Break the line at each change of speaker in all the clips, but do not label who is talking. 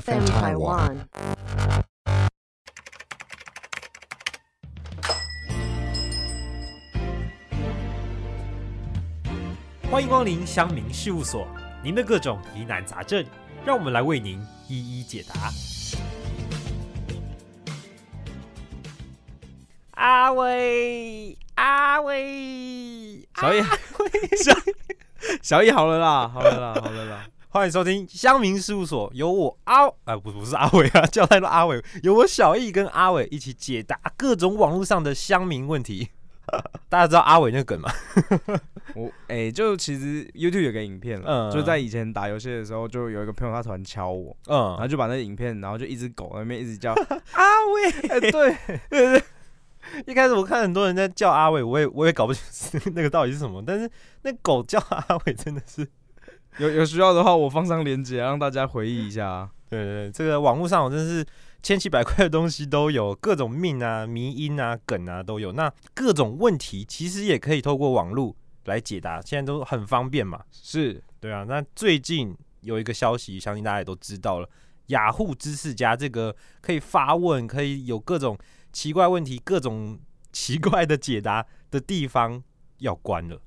FM Taiwan.
欢迎光临乡民事务所，您的各种疑难杂症，让我们来为您一一解答。阿威，阿威，
小野，小小野好了啦，好了啦，好了啦。
欢迎收听乡民事务所，由我阿啊、不不是阿伟啊，叫太多阿伟，由我小易跟阿伟一起解答各种网络上的乡民问题。 大家知道阿伟那个梗吗？
我哎、就其实 YouTube 有个影片了，
嗯
就在以前打游戏的时候，就有一个朋友他突然敲我，然后
嗯，
就把那个影片，然后就一只狗在那边一直叫，
阿伟，
哎、对，
一开始我看很多人在叫阿伟，我也我也搞不清楚 那个到底是什么，但是那狗叫阿伟真的是，
有有需要的话我放上链接让大家回忆一下啊。
对对对，这个网络上我真的是千奇百怪的东西都有，各种命啊、迷因啊、梗啊都有，那各种问题其实也可以透过网络来解答，现在都很方便嘛。
是，
对啊，那最近有一个消息，相信大家也都知道了，雅虎知识家这个可以发问，可以有各种奇怪问题、各种奇怪的解答的地方要关了。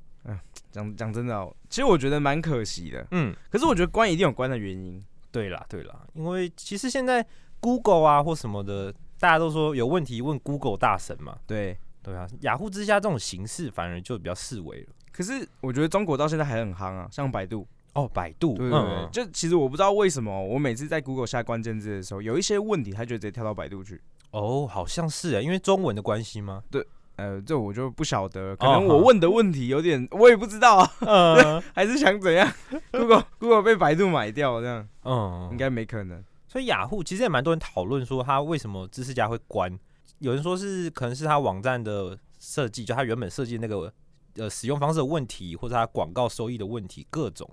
讲讲真的、哦，其实我觉得蛮可惜的，
嗯，
可是我觉得关一定有关的原因。
对啦，对啦，因为其实现在 Google 啊或什么的，大家都说有问题问 Google 大神嘛。
对，
对啊，雅虎之家这种形式反而就比较视为了。
可是我觉得中国到现在还很夯啊，像百度，
哦，百度，
对对对，
嗯，
就其实我不知道为什么，我每次在 Google 下关键字的时候，有一些问题，它就直接跳到百度去。
哦，好像是啊，因为中文的关系吗？
呃，这我就不晓得，可
哦
能我
好
问的问题有点，我也不知道 啊，
嗯
还是想怎 样？Google Google 被百度买掉，这样
嗯
应，该没可能。
所以雅虎其实也蛮多人讨论说，它为什么知识家会关？有人说是可能是它网站的设计，就它原本设计的那个呃使用方式的问题，或者它广告收益的问题，各种。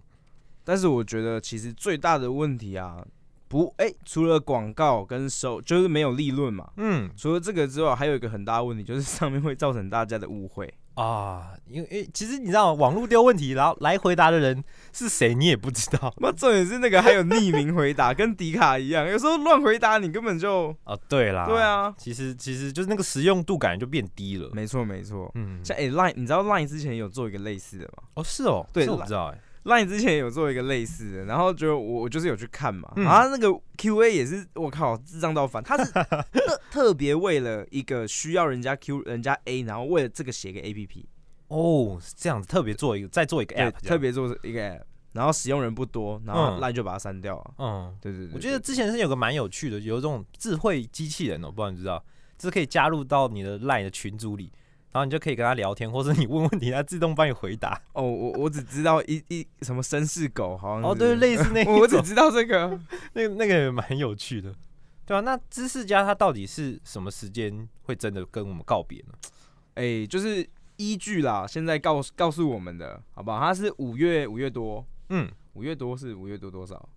但是我觉得其实最大的问题啊，不，哎、除了广告跟收，就是没有利润嘛。
嗯
除了这个之外，还有一个很大的问题，就是 上面会造成大家的误会。
啊，因为因为其实你知道，网络丢问题，然后来回答的人是谁，你也不知道
那重点是那个还有匿名回答，跟迪卡一样，有时候乱回答你根本就……
啊。对啦，
对，啊，
其实其实就是那个实用度感觉就变低了。
没错没错。
嗯，
像哎、Line，你知道 Line 之前有做一个类似的吗？
哦是哦，
对
这我
啦
不知道哎、
Line 之前有做一个类似的，然后就我我就是有去看嘛，
嗯
然后那个 Q&A 也是我靠智障到烦，他 是特特别为了一个需要人家 Q 人家 A，然后为了这个写个 A P P，
哦是这样子，特别做一个再做一个
对
app，，这样
特别做一个 App，然后使用人不多，然后
嗯
Line 就把它删掉了。
嗯。
对对对，
我觉得之前是有个蛮有趣的，有一种智慧机器人哦，不知道你知道，这可以加入到你的 LINE 的群组里，然后你就可以跟他聊天，或者你问问题，他自动帮你回答。
哦，我我只知道一一什么绅士狗，好像
哦，
是
对，类似那
嗯 我我
一
只
种，
知道这个，
那那个也蛮有趣的，对啊，那知识家他到底是什么时间会真的跟我们告别呢？
哎、就是依据啦，现在告诉告诉我们的，好不好？它是五月五月多，
嗯，
五月多是五月多多少？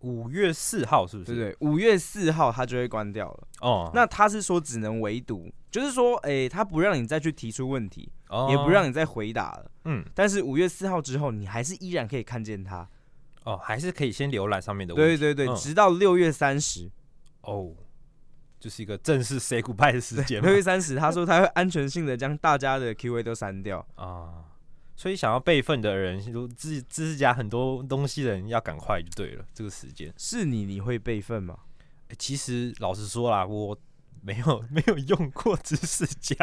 五月四号是不
对
是？
不对？五月四号它就会关掉了。
哦，
那他是说只能围读，就是说，诶，他不让你再去提出问题，
哦
也不让你再回答了。
嗯
但是五月四号之后，你还是依然可以看见他。
哦，还是可以先浏览上面的问题。
对对对，
嗯
直到六月三十，
哦，就是一个正式 say goodbye 的时间嘛
六月三十，他说他会安全性的将大家的 Q&A 都删掉。
啊。所以想要备份的人，如知知识家很多东西的人，要赶快就对了。这个时间、
是你，你会备份吗？
诶其实老实说啦，我没有没有用过知识家。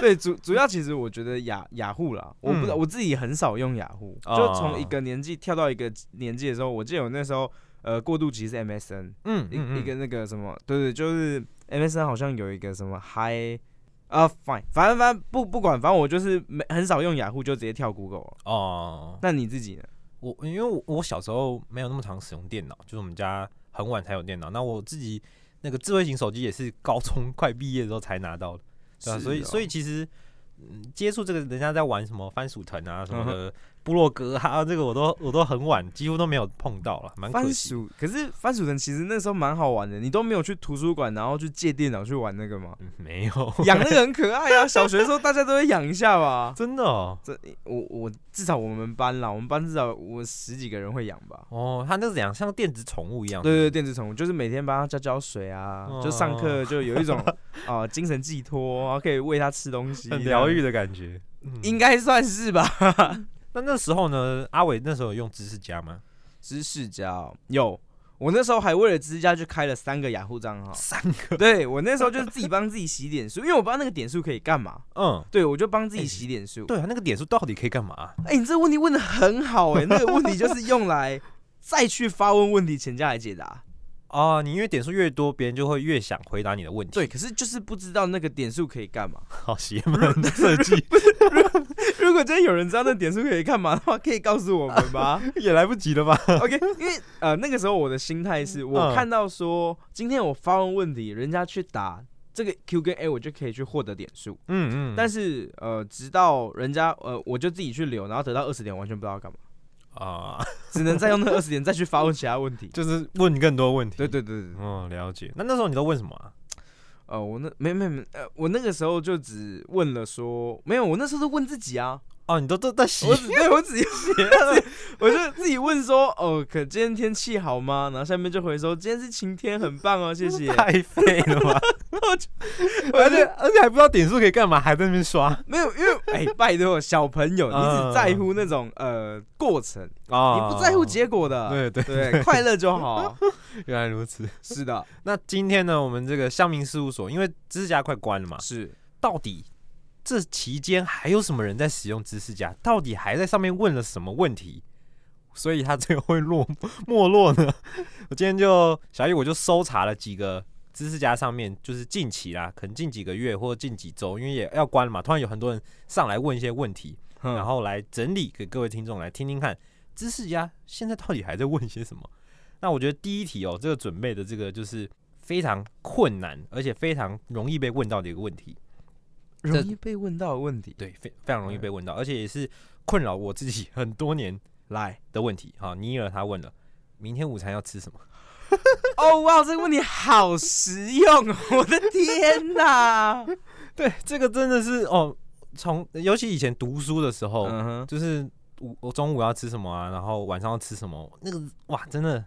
对，主主要其实我觉得雅雅虎啦，我不知道、
嗯
我自己很少用雅虎，
哦
就从一个年纪跳到一个年纪的时候，我记得我那时候呃过渡期是 MSN，
嗯
一一个那个什么，对对，就是 MSN 好像有一个什么 Hi 啊，Fine，反正反正不不管，反正我就是没很少用雅虎，就直接跳 Google 了。
哦，
那你自己呢？
我因为我我小时候没有那么常使用电脑，就是我们家很晚才有电脑。那我自己那个智慧型手机也是高中快毕业的时候才拿到哦
哦
的，对啊，所以所以其实嗯，接触这个人家在玩什么番薯藤啊什么的，部落格啊，这个我都我都很晚，几乎都没有碰到了，蛮可
番
惜。？
薯，可是番薯人其实那时候蛮好玩的，你都没有去图书馆，然后去借电脑去玩那个吗
嗯没有，
养那个很可爱啊，小学的时候大家都会养一下 吧。
真的哦，
我我至少我们班啦，我们班至少我十几个人会养吧。
哦，它那个养像电子宠物一样。
对对，电子宠物就是每天帮它浇浇水啊，
哦
就上课就有一 种啊、精神寄托，然后可以喂它吃东西，
很疗愈，的感觉。
应该算是吧。
那那时候呢，阿伟那时候有用知识家吗？，
知识家哦有，我那时候还为了知识家去开了三个雅虎账号
三个，
对我那时候就是自己帮自己洗点数，因为我不知道那个点数可以干 嘛，
嗯，
对我就帮自己洗点数。
对啊，那个点数到底可以干嘛？啊
哎、你这个问题问的很好哎、那个问题就是用来再去发问问题前加来解答。
哦，你因为点数越多，别人就会越想回答你的问题。
对，，可是就是不知道那个点数可以 干嘛。
好邪门的设计，
如果真的有人知道那点数可以干嘛的话，可以告诉我们吧。
也来不及了吧？
OK，因为呃那个时候我的心态是我
嗯
看到说今天我发问问题，人家去打这个 Q 跟 A，我就可以去获得点数。
嗯嗯，
但
是
是呃，直到人家呃，我就自己去留，然后得到二十点，完全不知道干嘛，
啊、。
只能再用那二十点再去发问其他问题
就是问更多问题。
对对对对，对
嗯，了解。那那时候你都问什么啊？
呃，我那没没没，呃，我那个时候就只问了说，没有，我那时候是问自己啊，
哦，你都都在洗
我只对我自己自己我就自己问说，哦，可今天天气好吗？然后下面就回说今天是晴天，很棒哦，谢谢。
太废了吧？ 而
而
且
且
而且还不知道点数可以干嘛，还在那边刷
没有，因为 哎、拜托小朋友，你只在乎那种呃过程，
哦
你不在乎结果的，
对对，
啊对，快乐就 好。
原来如此。
是的，
那今天呢，我们这个乡民事务所，因为知识家快关了嘛，
是。
到底这期间还有什么人在使用知识家？到底还在上面问了什么问题？所以他最后会落没落呢？我今天就小易，我就搜查了几个知识家上面，就是近期啦，可能近几个月或近几周，因为也要关了嘛，突然有很多人上来问一些问题，然
然后
后来整理给各位听众来听听看，知识家现在到底还在问些什么？那我觉得第一题哦，这个准备的这个就是非常困难，而且非常容易被问到的一个问题，
容易被问到的问题，
对，非非
嗯
常容易被问到，而且也是困扰我自己 很多年
来，
的问题。好，尼尔他问了，明天午餐要吃什么？
哦哇，这个问题好实用 哦！我的天哪，
对，这个真的是哦，从尤其以前读书的时候，
嗯哼，
就是午我中午要吃什么啊，然后晚上要吃什么，那个哇，真的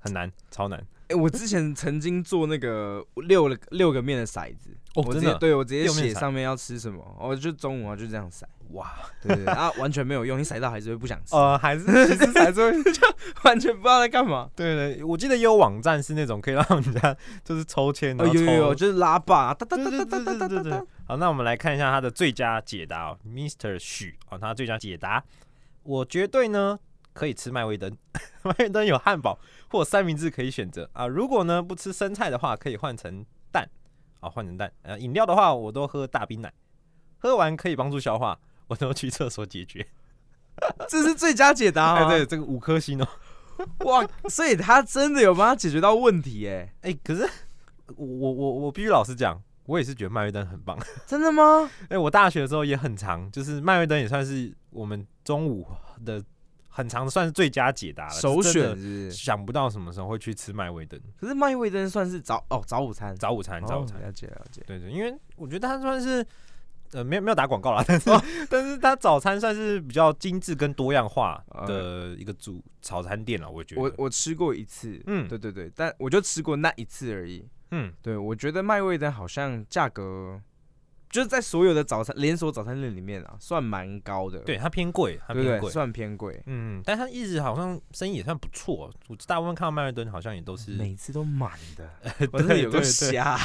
很难，超难。
哎，我之前曾经做那个六个六个面的骰子，我
哦
直
真
接
的
对我直接
六面
写
骰
上面要吃什么，我就中午啊就这样骰，
哇，
对对对啊，完全没有用，你骰到还是会不想吃，
呃，还是 其实还是会
完全不知道在干嘛。
对对，我记得也有网站是那种可以让人家 就是抽签，
哦，
然后
有
抽。
有有，就是拉霸，哒哒哒
对对
哒哒哒
对对
哒
对对
哒
对。。好，那我们来看一下他的最佳解答、哦、，Mr. 许哦，他最佳解答，我绝对呢可以吃麦味登， 麦味登有汉堡或三明治可以选择啊。如果呢不吃生菜的话，可以换成蛋啊，换成蛋。呃，饮料的话我都喝大冰奶，喝完可以帮助消化，我都去厕所解决。
这是最佳解答
哎，
吗？
对，这个五颗星哦。
哇，所以他真的有帮他解决到问题哎，
哎、可是我我我我必须老实讲，我也是觉得麦味登很棒。
真的吗？
哎、我大学的时候也很长，就是麦味登也算是我们中午的很长，算是最佳解答了。
首
是
选是
真的
不是？
想不到什么时候会去吃麦味登
可是麦味登算是早哦早午餐，
早午餐，早午
哦
餐。
了解了解。
对对，因为我觉得它算是。呃，没有没有打广告啦，但
哦
是、但是它早餐算是比较精致跟多样化的一个主早餐店了，我觉得。
呃我我吃过一次，
嗯
对对对，但我就吃过那一次而已。
嗯，
对，我觉得麦味登好像价格就是在所有的早餐连锁早餐店里面啊，算蛮高的，
对，它偏贵，它
对
偏
不
贵
对？。算偏贵，
嗯，但他一直好像生意也算不错，我大部分看到麦瑞顿好像也都是，
每次都满 的，我真的
对
有个
对对。
瞎。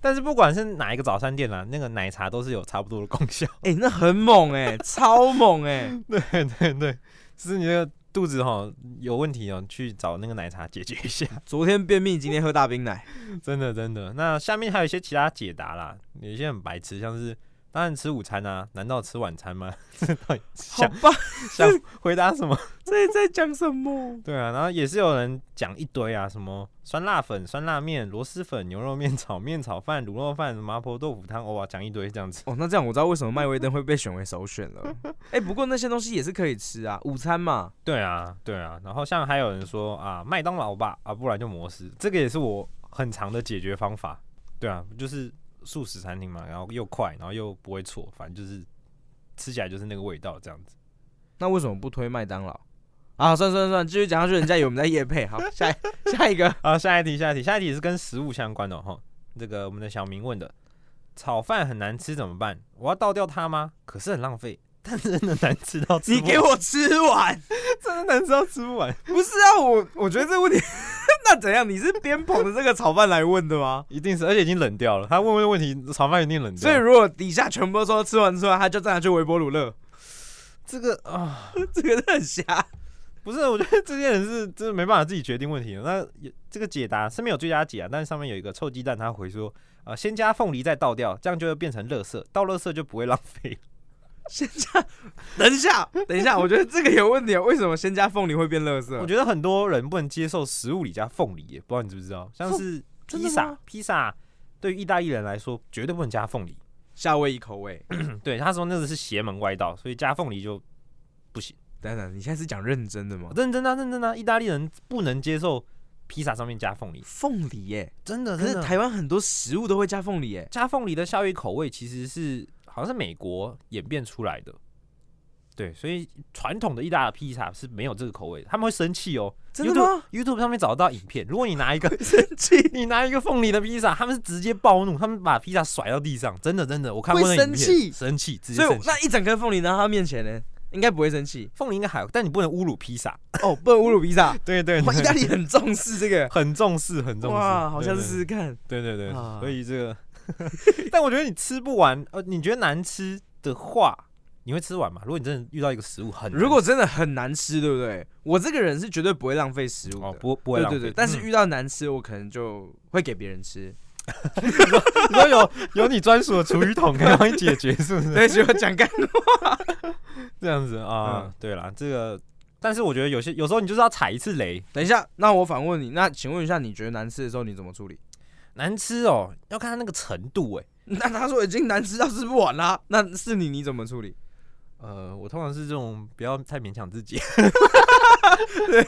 但是不管是哪一个早餐店啦、那个奶茶都是有差不多的功效。
哎、那很猛哎、超猛哎、
对对对，就是你的肚子哈有问题哦，去找那个奶茶解决一下。
昨天便秘，今天喝大冰奶，
真的真的。那下面还有一些其他解答啦，有一些很白痴，像是当然吃午餐啊，难道吃晚餐吗？ 到底
好
想
吧，
想回答什么？
这在讲什么？
对啊，然后也是有人讲一堆啊，什么酸辣粉、酸辣面、螺蛳粉、牛肉面、炒面、炒饭、卤肉饭、麻婆豆腐汤，哇，讲一堆这样子。
哦，那这样我知道为什么麦味登会被选为首选 了。哎、不过那些东西也是可以吃啊，午餐嘛。
对啊，对啊，然后像还有人说啊，麦当劳吧，啊，不然就摩斯，这个也是我很长的解决方法。对啊，就是素食餐厅嘛，然后又快，然后又不会错，反正就是吃起来就是那个味道这样子。
那为什么不推麦当劳？啊，算算算，继续讲下去，人家以为我们在夜配。好，下一下一个，
啊，下一题，下一题，下一题也是跟食物相关的哈。这个我们的小明问的，炒饭很难吃怎么办？我要倒掉它吗？可是很浪费，但真的难吃到 吃
你
不
给我吃完。
真的难吃到吃不完，
不是啊，我我觉得这个问题， 那怎样？你是边捧着这个炒饭来问的吗？
一定是，而且已经冷掉了。他问问问题，炒饭一定冷掉。
所以如果底下全部都说吃完吃完，他就再拿去微波炉热，
这个啊，
这个真的很瞎。
不是，我觉得这些人是真的没办法自己决定问题的。那也这个解答是没有最佳解啊，但是上面有一个臭鸡蛋，他回说，呃，先加凤梨再倒掉，这样就会变成垃圾，倒垃圾就不会浪费。
先加，等一下，等 一下，我觉得这个有问题啊，为什么先加凤梨会变垃圾？
我觉得很多人不能接受食物里加凤梨耶，不知道你知不知道？像是
真
披
的
萨
吗，
披萨对于意大利人来说绝对不能加凤梨。
夏威夷口味。
嗯对，他说那个是邪门歪道，所以加凤梨就不行。
等等，你现在是讲认真的吗？
认真啊，认真啊，意大利人不能接受披萨上面加凤梨，
凤梨耶、
真的。
可是
真的
台湾很多食物都会加凤梨耶、
加凤梨的夏威夷口味其实是好像是美国演变出来的。对，所以传统的意大利披萨是没有这个口味的，他们会生气哦。
真的吗？
YouTube 上面找得到影片，如果你拿一个
生气
你拿一个凤梨的披萨，他们是直接暴怒，他们把披萨甩到地上，真的真的，我看过那
会
影
生
片，
气
生气，直接
所以我
生气。
那一整颗凤梨拿到他面前呢，应该不会生气
凤梨应该还有，但你不能侮辱披萨。
哦。不能侮辱披萨，
对 对。
哇，意大利很重视这个
很重视，很重视。
哇，好像
对
是试试看。
对对对，
啊
所以这个， 但我觉得你吃不完，呃，你觉得难吃的话，你会吃完吗？如果你真的遇到一个食物很难
如果真的很难吃，对不对？我这个人是绝对不会浪费食物的。
哦不不会浪
对
费，
对对， 但是
嗯
遇到难吃，我可能就会给别人吃。
你说有有你专属的厨余桶可以帮你解决，是不是？
对，喜欢讲干
这样子啊，
嗯
对啦，这个，但是我觉得有些有时候你就是要踩一次雷，
等一下，那我反问你，那请问一下，你觉得难吃的时候你怎么处理？
难吃哦，要看它那个程度哎、
那他说已经难吃到吃不完啦，那是你你怎么处 理？
呃，我通常是这种不要太勉强自 己，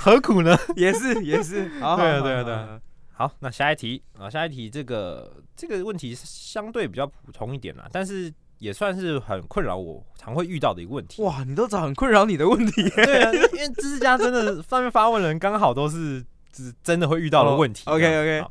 何苦呢？
也是也是，好，
对啊
好
对啊
好
对啊
好好
好，那下一题啊，下一题这个这个问题是相对比较普通一点啦，但是也算是很困扰我常会遇到的一个问题。，
哇，你都找很困扰你的问题，
对啊，因为因为知识家真的上面发问人刚好都是就是真的会遇到的问题。
哦
这样
OK，OK
好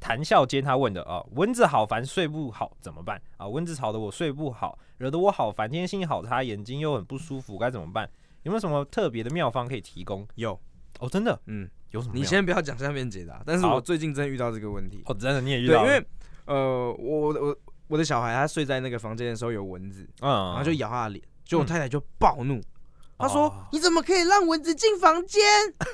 谭笑间他问的啊，蚊子好烦，睡不好怎么办啊？蚊子吵得我睡不好，惹得我好烦，天性好差，眼睛又很不舒服，该怎么办？有没有什么特别的妙方可以提供？
有，
哦，真的
嗯，
有什么妙？
你先不要讲下面解答，但是
好
我最近真的遇到这个问题，
哦，真的你也遇
对，
到
因
了，
为呃，我我我的小孩他睡在那个房间的时候有蚊子，
嗯，
然
然
后就咬他的脸，结果我
嗯
太太就暴怒，她说、
哦
你怎么可以让蚊子进房间？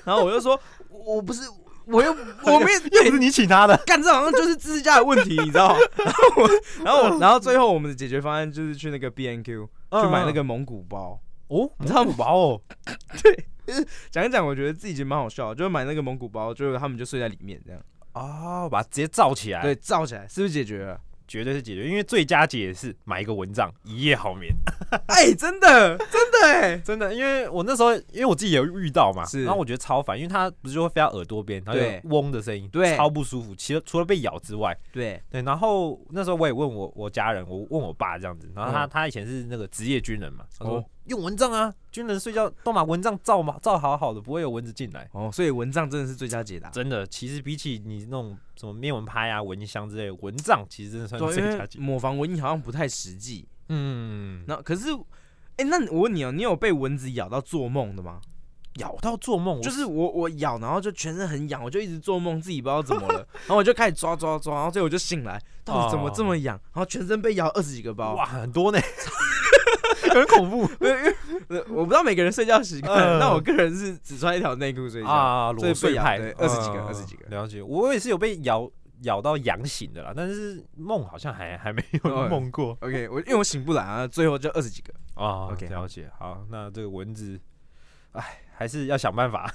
然后我就说我我不是我 又我没有
又不是你请他的，
干这好像就是自家的问题，你知道 吗？然后我，然后我，然后最后我们的解决方案就是去那个 B N Q
嗯
去买那个蒙古包。
哦，
你知道
蒙古包哦，
讲一讲，我觉得自己已经蛮好笑的，就是买那个蒙古包，就是他们就睡在里面这样，
哦，把它直接罩起来，
对，，罩起来，是不是解决 了？
绝对是解决，因为最佳解也是买一个蚊帐，一夜好 眠，
哎，真的，真的哎，
真的，因为我那时候因为我自己也有遇到嘛，
是
然后我觉得超烦，因为它不是就会飞到耳朵边，然后
对
有嗡的声音，
对
超不舒服，其实除了被咬之外，
对，
对，然后那时候我也问我我家人，我问我爸这样子，然后他、
嗯
他以前是那个职业军人嘛，他说、
哦
用蚊帐啊，军人睡觉都把蚊帐罩嘛罩好好的，不会有蚊子进来。
哦，所以蚊帐真的是最佳解答。
真的，其实比起你那种什么面蚊拍啊、蚊香之类的蚊帐，其实真的算
对，
是
因
最佳
为
解。
抹防蚊液好像不太实际。
嗯，
那可是，哎，那我问你哦，你有被蚊子咬到做梦的吗？
咬到做梦，
就是是我我咬，然后就全身很痒，我就一直做梦，自己不知道怎么 了，然后我就开始抓抓抓，然后最后我就醒来，到底怎么这么痒？然后全身被咬二十几个包，
哦哇，很多呢，很恐怖
没有因为呃我不知道每个人睡觉习惯，
嗯
那、我个人是只穿一条内裤睡觉，
啊！
所以
裸
被
睡
咬
派
对20几个20几个
了解，我也是有被咬咬到痒醒的啦，但是梦好像还还没有
哦
梦过
OK，我因为我醒不来啊，最后就二十几个，
哦
OK，好
了解，好，那这个蚊子，哎，还是要想办法。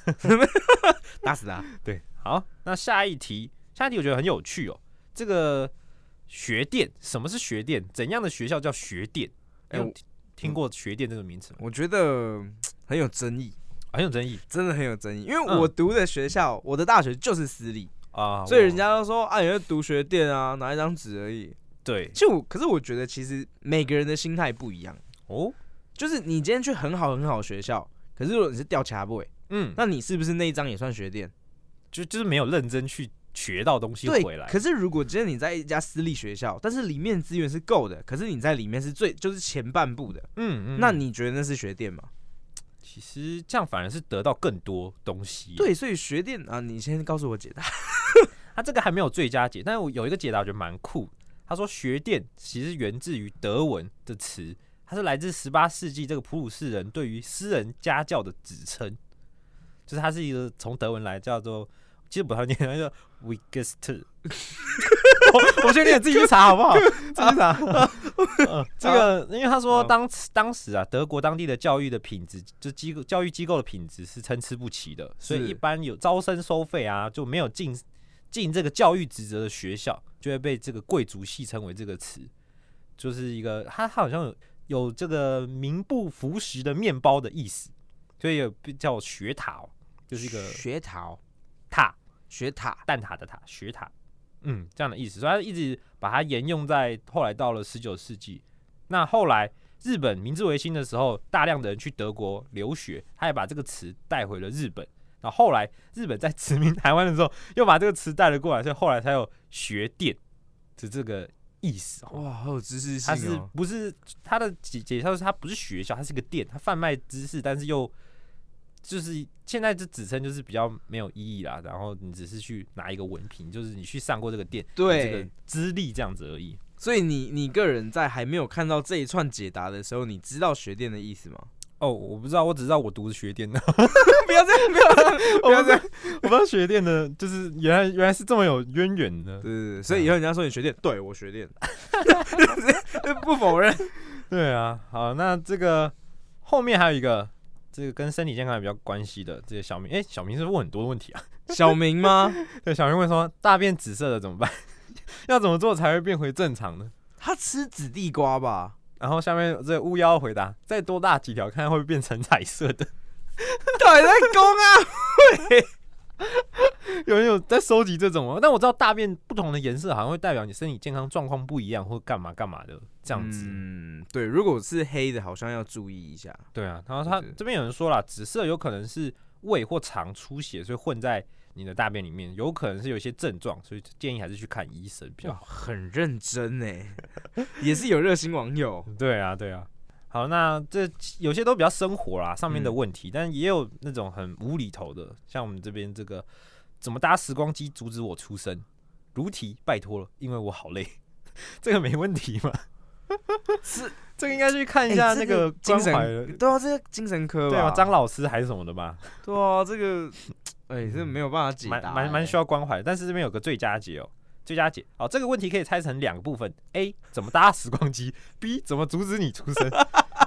打死他。
对，好，那下一题，下一题我觉得很有趣哦。这个学店，什么是学店？怎样的学校叫学店？
哎
哎、有
我
听听过学店这个名词吗？
我觉得嗯很有争议，
很有争议
真的很有争议，因为
嗯
我读的学校，我的大学就是私立，
啊，
所以
我
人家都说啊，你就读学店啊，拿一张纸而已。
对
就我，可是我觉得其实每个人的心态不一样，
哦，
就是你今天去很好很好的学校，可是如果你是调卡位，
嗯，
那你是不是那一张也算学店？
就就是没有认真去学到东西
对
回，来。
可是如果今天你在一家私立学校，但是里面资源是够的，可是你在里面是最就是前半部的，
嗯嗯，
那你觉得那是学店吗？
其实这样反而是得到更多东西。，
对，所以学店啊，你先告诉我解答。
他这个还没有最佳解，但是我有一个解答我觉得蛮酷。他说学店其实源自于德文的词，它是来自十八世纪这个普鲁士人对于私人家教的指称，就是它是一个从德文来叫做，其实不太念，它叫 Wigest。我我觉得你也自己去查好不好？自 己去查。嗯这个，因为他说
好
当当时啊，德国当地的教育的品质，就机构教育机构的品质是参差不齐的，所以
是
一般有招生收费啊，就没有进尽这个教育职责的学校，就会被这个贵族戏称为这个词，就是一个它它好像有有这个名不符实的面包的意思，所以有被叫学塔、哦，就是一个
学陶、
塔
学塔，
蛋挞的塔学塔，嗯，这样的意思，所以它一直把它沿用在后来到了十九世纪，那后来。日本明治维新的时候，大量的人去德国留学，他也把这个词带回了日本。然后后来日本在殖民台湾的时候，又把这个词带了过来，所以后来才有学店的这个意思。哦
哇，好有知识
它是
性哦。
不是它的解解释是它不是学校，它是个店，它贩卖知识，但是又就是现在这指称就是比较没有意义啦。然后你只是去拿一个文凭，就是你去上过这个店，
对
有这个资历这样子而已。
所以你你个人在还没有看到这一串解答的时候，你知道学店的意思吗？
哦，我不知道，我只知道我读的学店的，
不要这样，不要这样，
我
不要这样。
我不知道学店的，就是原来原来是这么有渊源的。
对对对，所以以后人家说你学 店，对我学店，不否认。
对啊，好，那这个后面还有一个，这个跟身体健康也比较关系的，这个小明，哎、小明是不是问很多问题啊。
小明吗？
对，小明问说，大便紫色的怎么办？ 要怎么做才会变回正常呢？
他吃紫地瓜吧？
然后下面这巫妖回答，再多大几条，看看会不会变成彩色的。
到底在攻啊？
有人有在收集这种吗？哦但我知道大便不同的颜色好像会代表你身体健康状况不一样，或干嘛干嘛的 这样子。
嗯，对，如果是黑的，好像要注意一下。
对啊，然后他
对对
这边有人说了，紫色有可能是胃或肠出血，所以混在你的大便里面，有可能是有一些症状，所以建议还是去看医生比较
哇
好。，
很认真
欸
呢， 也是有热心网友。
对啊，对啊。好，那这有些都比较生活啦，上面的
嗯
问题，但也有那种很无厘头的，像我们这边这个怎么搭时光机阻止我出生？如题，拜托了，因为我好累。 这个没问题嘛？
是，
这个应该去看一
哎
下
这
那
个
个
精
关
神
怀的，
对啊，这个精神科
对
吧
啊，张老师还是什么的吧？
对啊，这个，哎，这没有办法解答欸，
嗯蛮蛮蛮需要关怀的。但是这边有个最佳解哦，最佳解哦，这个问题可以拆成两个部分：A 怎么搭时光机，B 怎么阻止你出生。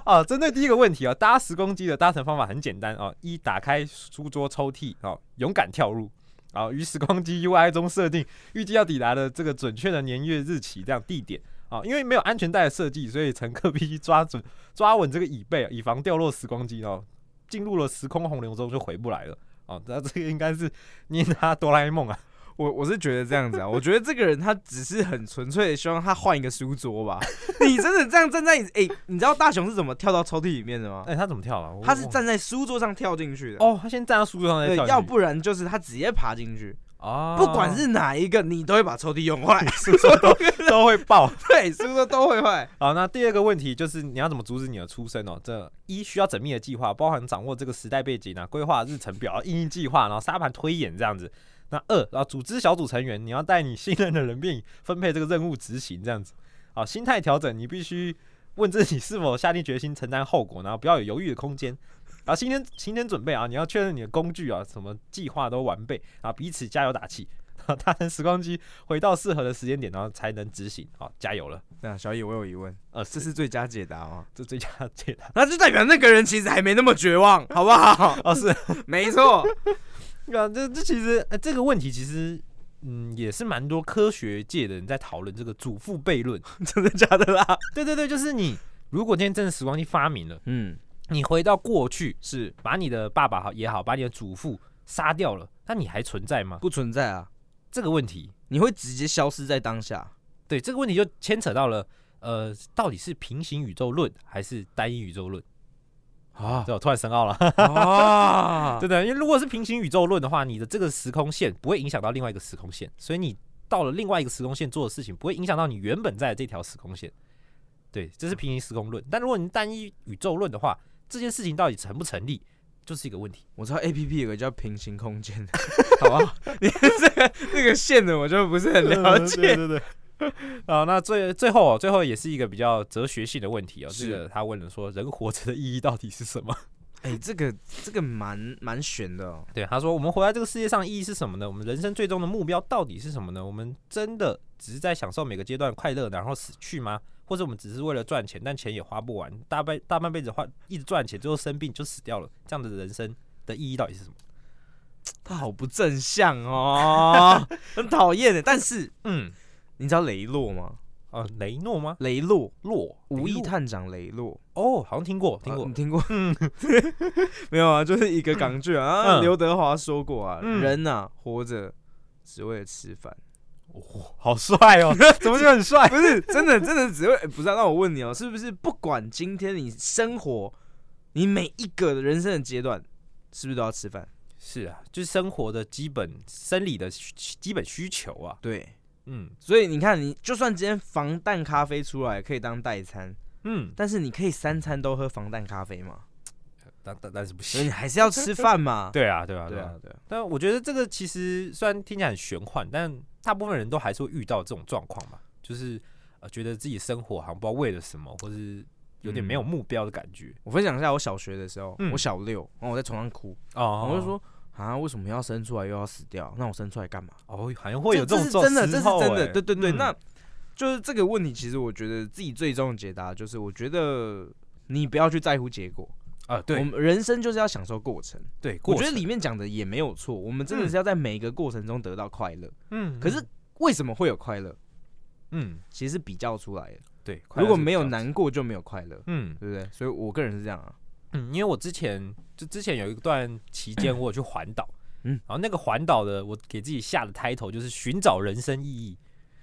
哦，针对第一个问题哦，搭时光机的搭乘方法很简单哦：一打开书桌抽屉哦，勇敢跳入。哦，于时光机 UI 中设定预计要抵达的这个准确的年月日期，这样地点哦，因为没有安全带的设计，所以乘客必须抓准 抓稳这个椅背，以防掉落时光机哦。进入了时空洪流中就回不来了哦。那这个应该是你拿哆啦 A 梦啊？
我我是觉得这样子啊， 我觉得这个人他只是很纯粹的希望他换一个书桌 吧。你真的这样站在你哎、你知道大雄是怎么跳到抽屉里面的吗？
哎、他怎么跳啊？我
他是
忘了
站在书桌上跳进去的。
哦，他先站到书桌上再
对
跳进，去，
要不然就是他直接爬进去，
哦，
不管是哪一个，你都会把抽屉用 坏，书
桌都 都会爆。
对，书桌都会坏。
好，那第二个问题就是你要怎么阻止你的出生哦？这一需要缜密的计划，包含掌握这个时代背景啊，规划日程表、应应计划，然后沙盘推演这样子。那二，然后组织小组成员，你要带你信任的人便分配这个任务执行这样子。好，心态调整，你必须问自己是否下定决心承担后果，然后不要有犹豫的空间。然后行前行前准备啊，你要确认你的工具啊，什么计划都完备啊，彼此加油打气。搭乘时光机回到适合的时间点，然后才能执行。好，加油了！
那小野，我有疑问，
呃，
这
这
是最佳解答哦吗？
这 最佳解答
那就代表那个人其实还没那么绝 望，好不好？
哦，是
没错，
啊，这这其实、呃这个问题其实。嗯，也是蛮多科学界的人在讨论这个祖父悖论。
真的假的啦？
对对对，就是你如果今天真的时光机发明了，
嗯，
你回到过去，
是
把你的爸爸好也好，把你的祖父杀掉了，那你还存在吗？
不存在啊，
这个问题，
你会直接消失在当下。
对这个问题就牵扯到了，呃，到底是平行宇宙论还是单一宇宙论？哦
啊
对，我突然深奥了，
啊！
真的，因为如果是平行宇宙论的话，你的这个时空线不会影响到另外一个时空线，所以你到了另外一个时空线做的事情，不会影响到你原本在的这条时空线。对，这是平行时空论。但如果你单一宇宙论的话，这件事情到底成不成立，就是一个问题。
我知道 A P P 有个叫平行空间， 好啊吧？你这个那个线的我就不是很了
呃对
解。
对对。 啊，那最最后、哦，最后也是一个比较哲学性的问题哦。这
是
个他问了说，人活着的意义到底是什么？
哎，这个这个蛮蛮悬的哦。
对，他说，我们活在这个世界上的意义是什么呢？我们人生最终的目标到底是什么呢？我们真的只是在享受每个阶段的快乐，然后死去吗？或者我们只是为了赚钱，但钱也花不完，大半大半辈子花一直赚钱，最后生病就死掉了，这样的人生的意义到底是什么？
他好不正向哦， 很讨厌的。但是
嗯，
你知道雷洛吗？
哦、雷诺吗？
雷洛，
洛
无
雷
意
诺
探长雷洛，
哦，好像听过，听
啊
过
你，听过？ 没有啊，就是一个港剧啊。
嗯
刘德华说过啊，
嗯
人呐活着只为了吃饭，
哦好帅哦， 怎么就很帅？
不是真的，真的只会、哎不是、啊？那我问你哦，是不是不管今天你生活，你每一个人生的阶段，是不是都要吃饭？
是啊，就是生活的基本生理的需基本需求啊。
对，
嗯
所以你看，你就算今天防弹咖啡出来可以当代餐，
嗯，
但是你可以三餐都喝防弹咖啡 吗？
但但但是不
所以你
行。
还是要吃饭嘛。
对啊，对啊，对
对
啊
啊。，对啊，
但我觉得这个其实虽然听起来很玄幻，但大部分人都还是会遇到这种状况嘛，就是呃觉得自己生活好像不知道为了什么，或是有点没有目标的感觉。
我分享一下我小学的时候，
嗯
我小六，然后我在床上哭，
哦
我就，说啊，为什么要生出来又要死掉？那我生出来干嘛？
哦，好像会有
这
种
是真的，这
时
是
候
真
欸
的，对对对。
嗯
那就是这个问题，其实我觉得自己最终的解答就是，我觉得你不要去在乎结果，
啊，
我
对
们人生就是要享受过程。
对，
我
过
觉得
程
里面讲的也没有错，我们真的
嗯
是要在每一个过程中得到快乐。
嗯，
可是为什么会有快乐？
嗯
其实是比较出来的，
对，快乐
如果
是
没
这
有
样子
难过就没有快乐，
嗯。
对不对？所以我个人是这样啊，
嗯，因为我之前就之前有一段期间，我有去环岛，嗯
嗯，
然后那个环岛的，我给自己下的 title 就是寻找人生意义。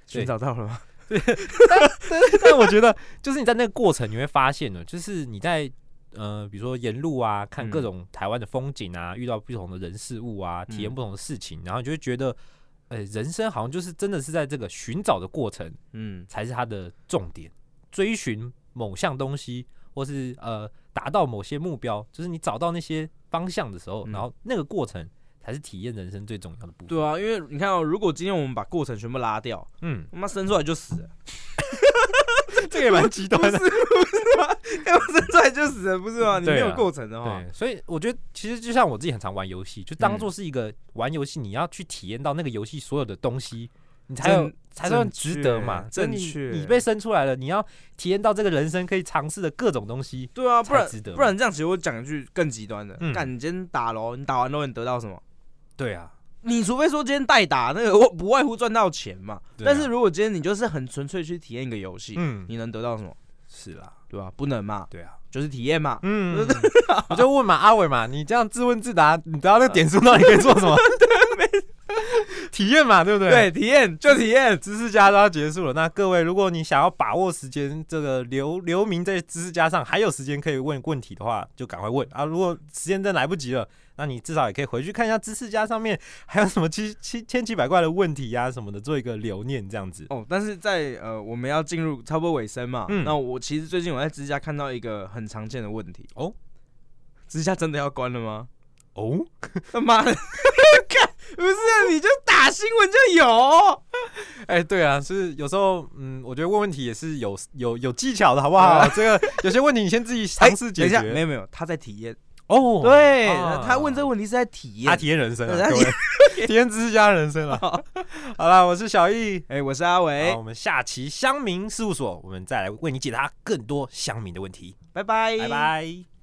对
寻找到了吗？
但我觉得，就是你在那个过程，你会发现呢，哦就是你在呃，比如说沿路啊，看各
嗯
种台湾的风景啊，遇到不同的人事物啊，体验
嗯
不同的事情，然后你就会觉得，呃，人生好像就是真的是在这个寻找的过程
嗯，
才是它的重点，追寻某项东西，或是呃达到某些目标，就是你找到那些方向的时候，
嗯
然后那个过程才是体验人生最重要的部分。
对啊，因为你看哦，如果今天我们把过程全部拉掉，
嗯，
他妈生出来就死了，
这个也 蛮极端 的。
他妈生出来就死了，不是吗？你没
对
有
啊
过程的话，
对，所以我觉得其实就像我自己很常玩游戏，就
嗯
当做是一个玩游戏，你要去体验到那个游戏所有的东西，你才有
正
才算值得嘛。
正确
就
正
是你
确
你被生出来了，你要体验到这个人生可以尝试的各种东西。
对啊，
才
不然
值得嘛
不然这样，其实我讲一句更极端的
嗯，
干、你今天打哦喽，你打完喽，你得到什么？
对啊，
你除非说今天代打那个， 我不外乎赚到钱嘛。
对啊
但是如果今天你就是很纯粹去体验一个游戏，
嗯，
你能得到什么？
是啦，
对吧、不能嘛，
对啊。
就是体验嘛。
嗯， 我就问嘛，阿伟嘛，你这样自问自答，你得到那个点数，到底可以做什 么？ 体验嘛，对不对？，
体验就体验。
知识家都要结束了。那各位，如果你想要把握时间，这个留留名在知识家上，还有时间可以问问题的话，就赶快问啊！如果时间真来不及了，那你至少也可以回去看一下知识家上面还有什么七七千奇百怪的问题呀、什么的，做一个留念这样子。
哦，但是在呃，我们要进入差不多尾声嘛。
嗯
那我其实最近我在支架看到一个很常见的问题
哦，
支架真的要关了吗？
哦，
他妈的，干不是你就打新闻就有。
哎、对啊，是有时候，嗯，我觉得问问题也是有有有技巧的，好 不好？这个有些问题你先自己尝试解决。
哎哎等一下没有没有，他在体验。
哦，
对，
啊
他问这个问题是在体验。
他体验人生、
对
啊，
哎他
各
体哦
位 体验知识家的人生了。好啦，我是小易，
哎、我是阿伟
好，我，们下期乡民事务所，我们再来为你解答更多乡民的问题。
拜拜，
拜。拜。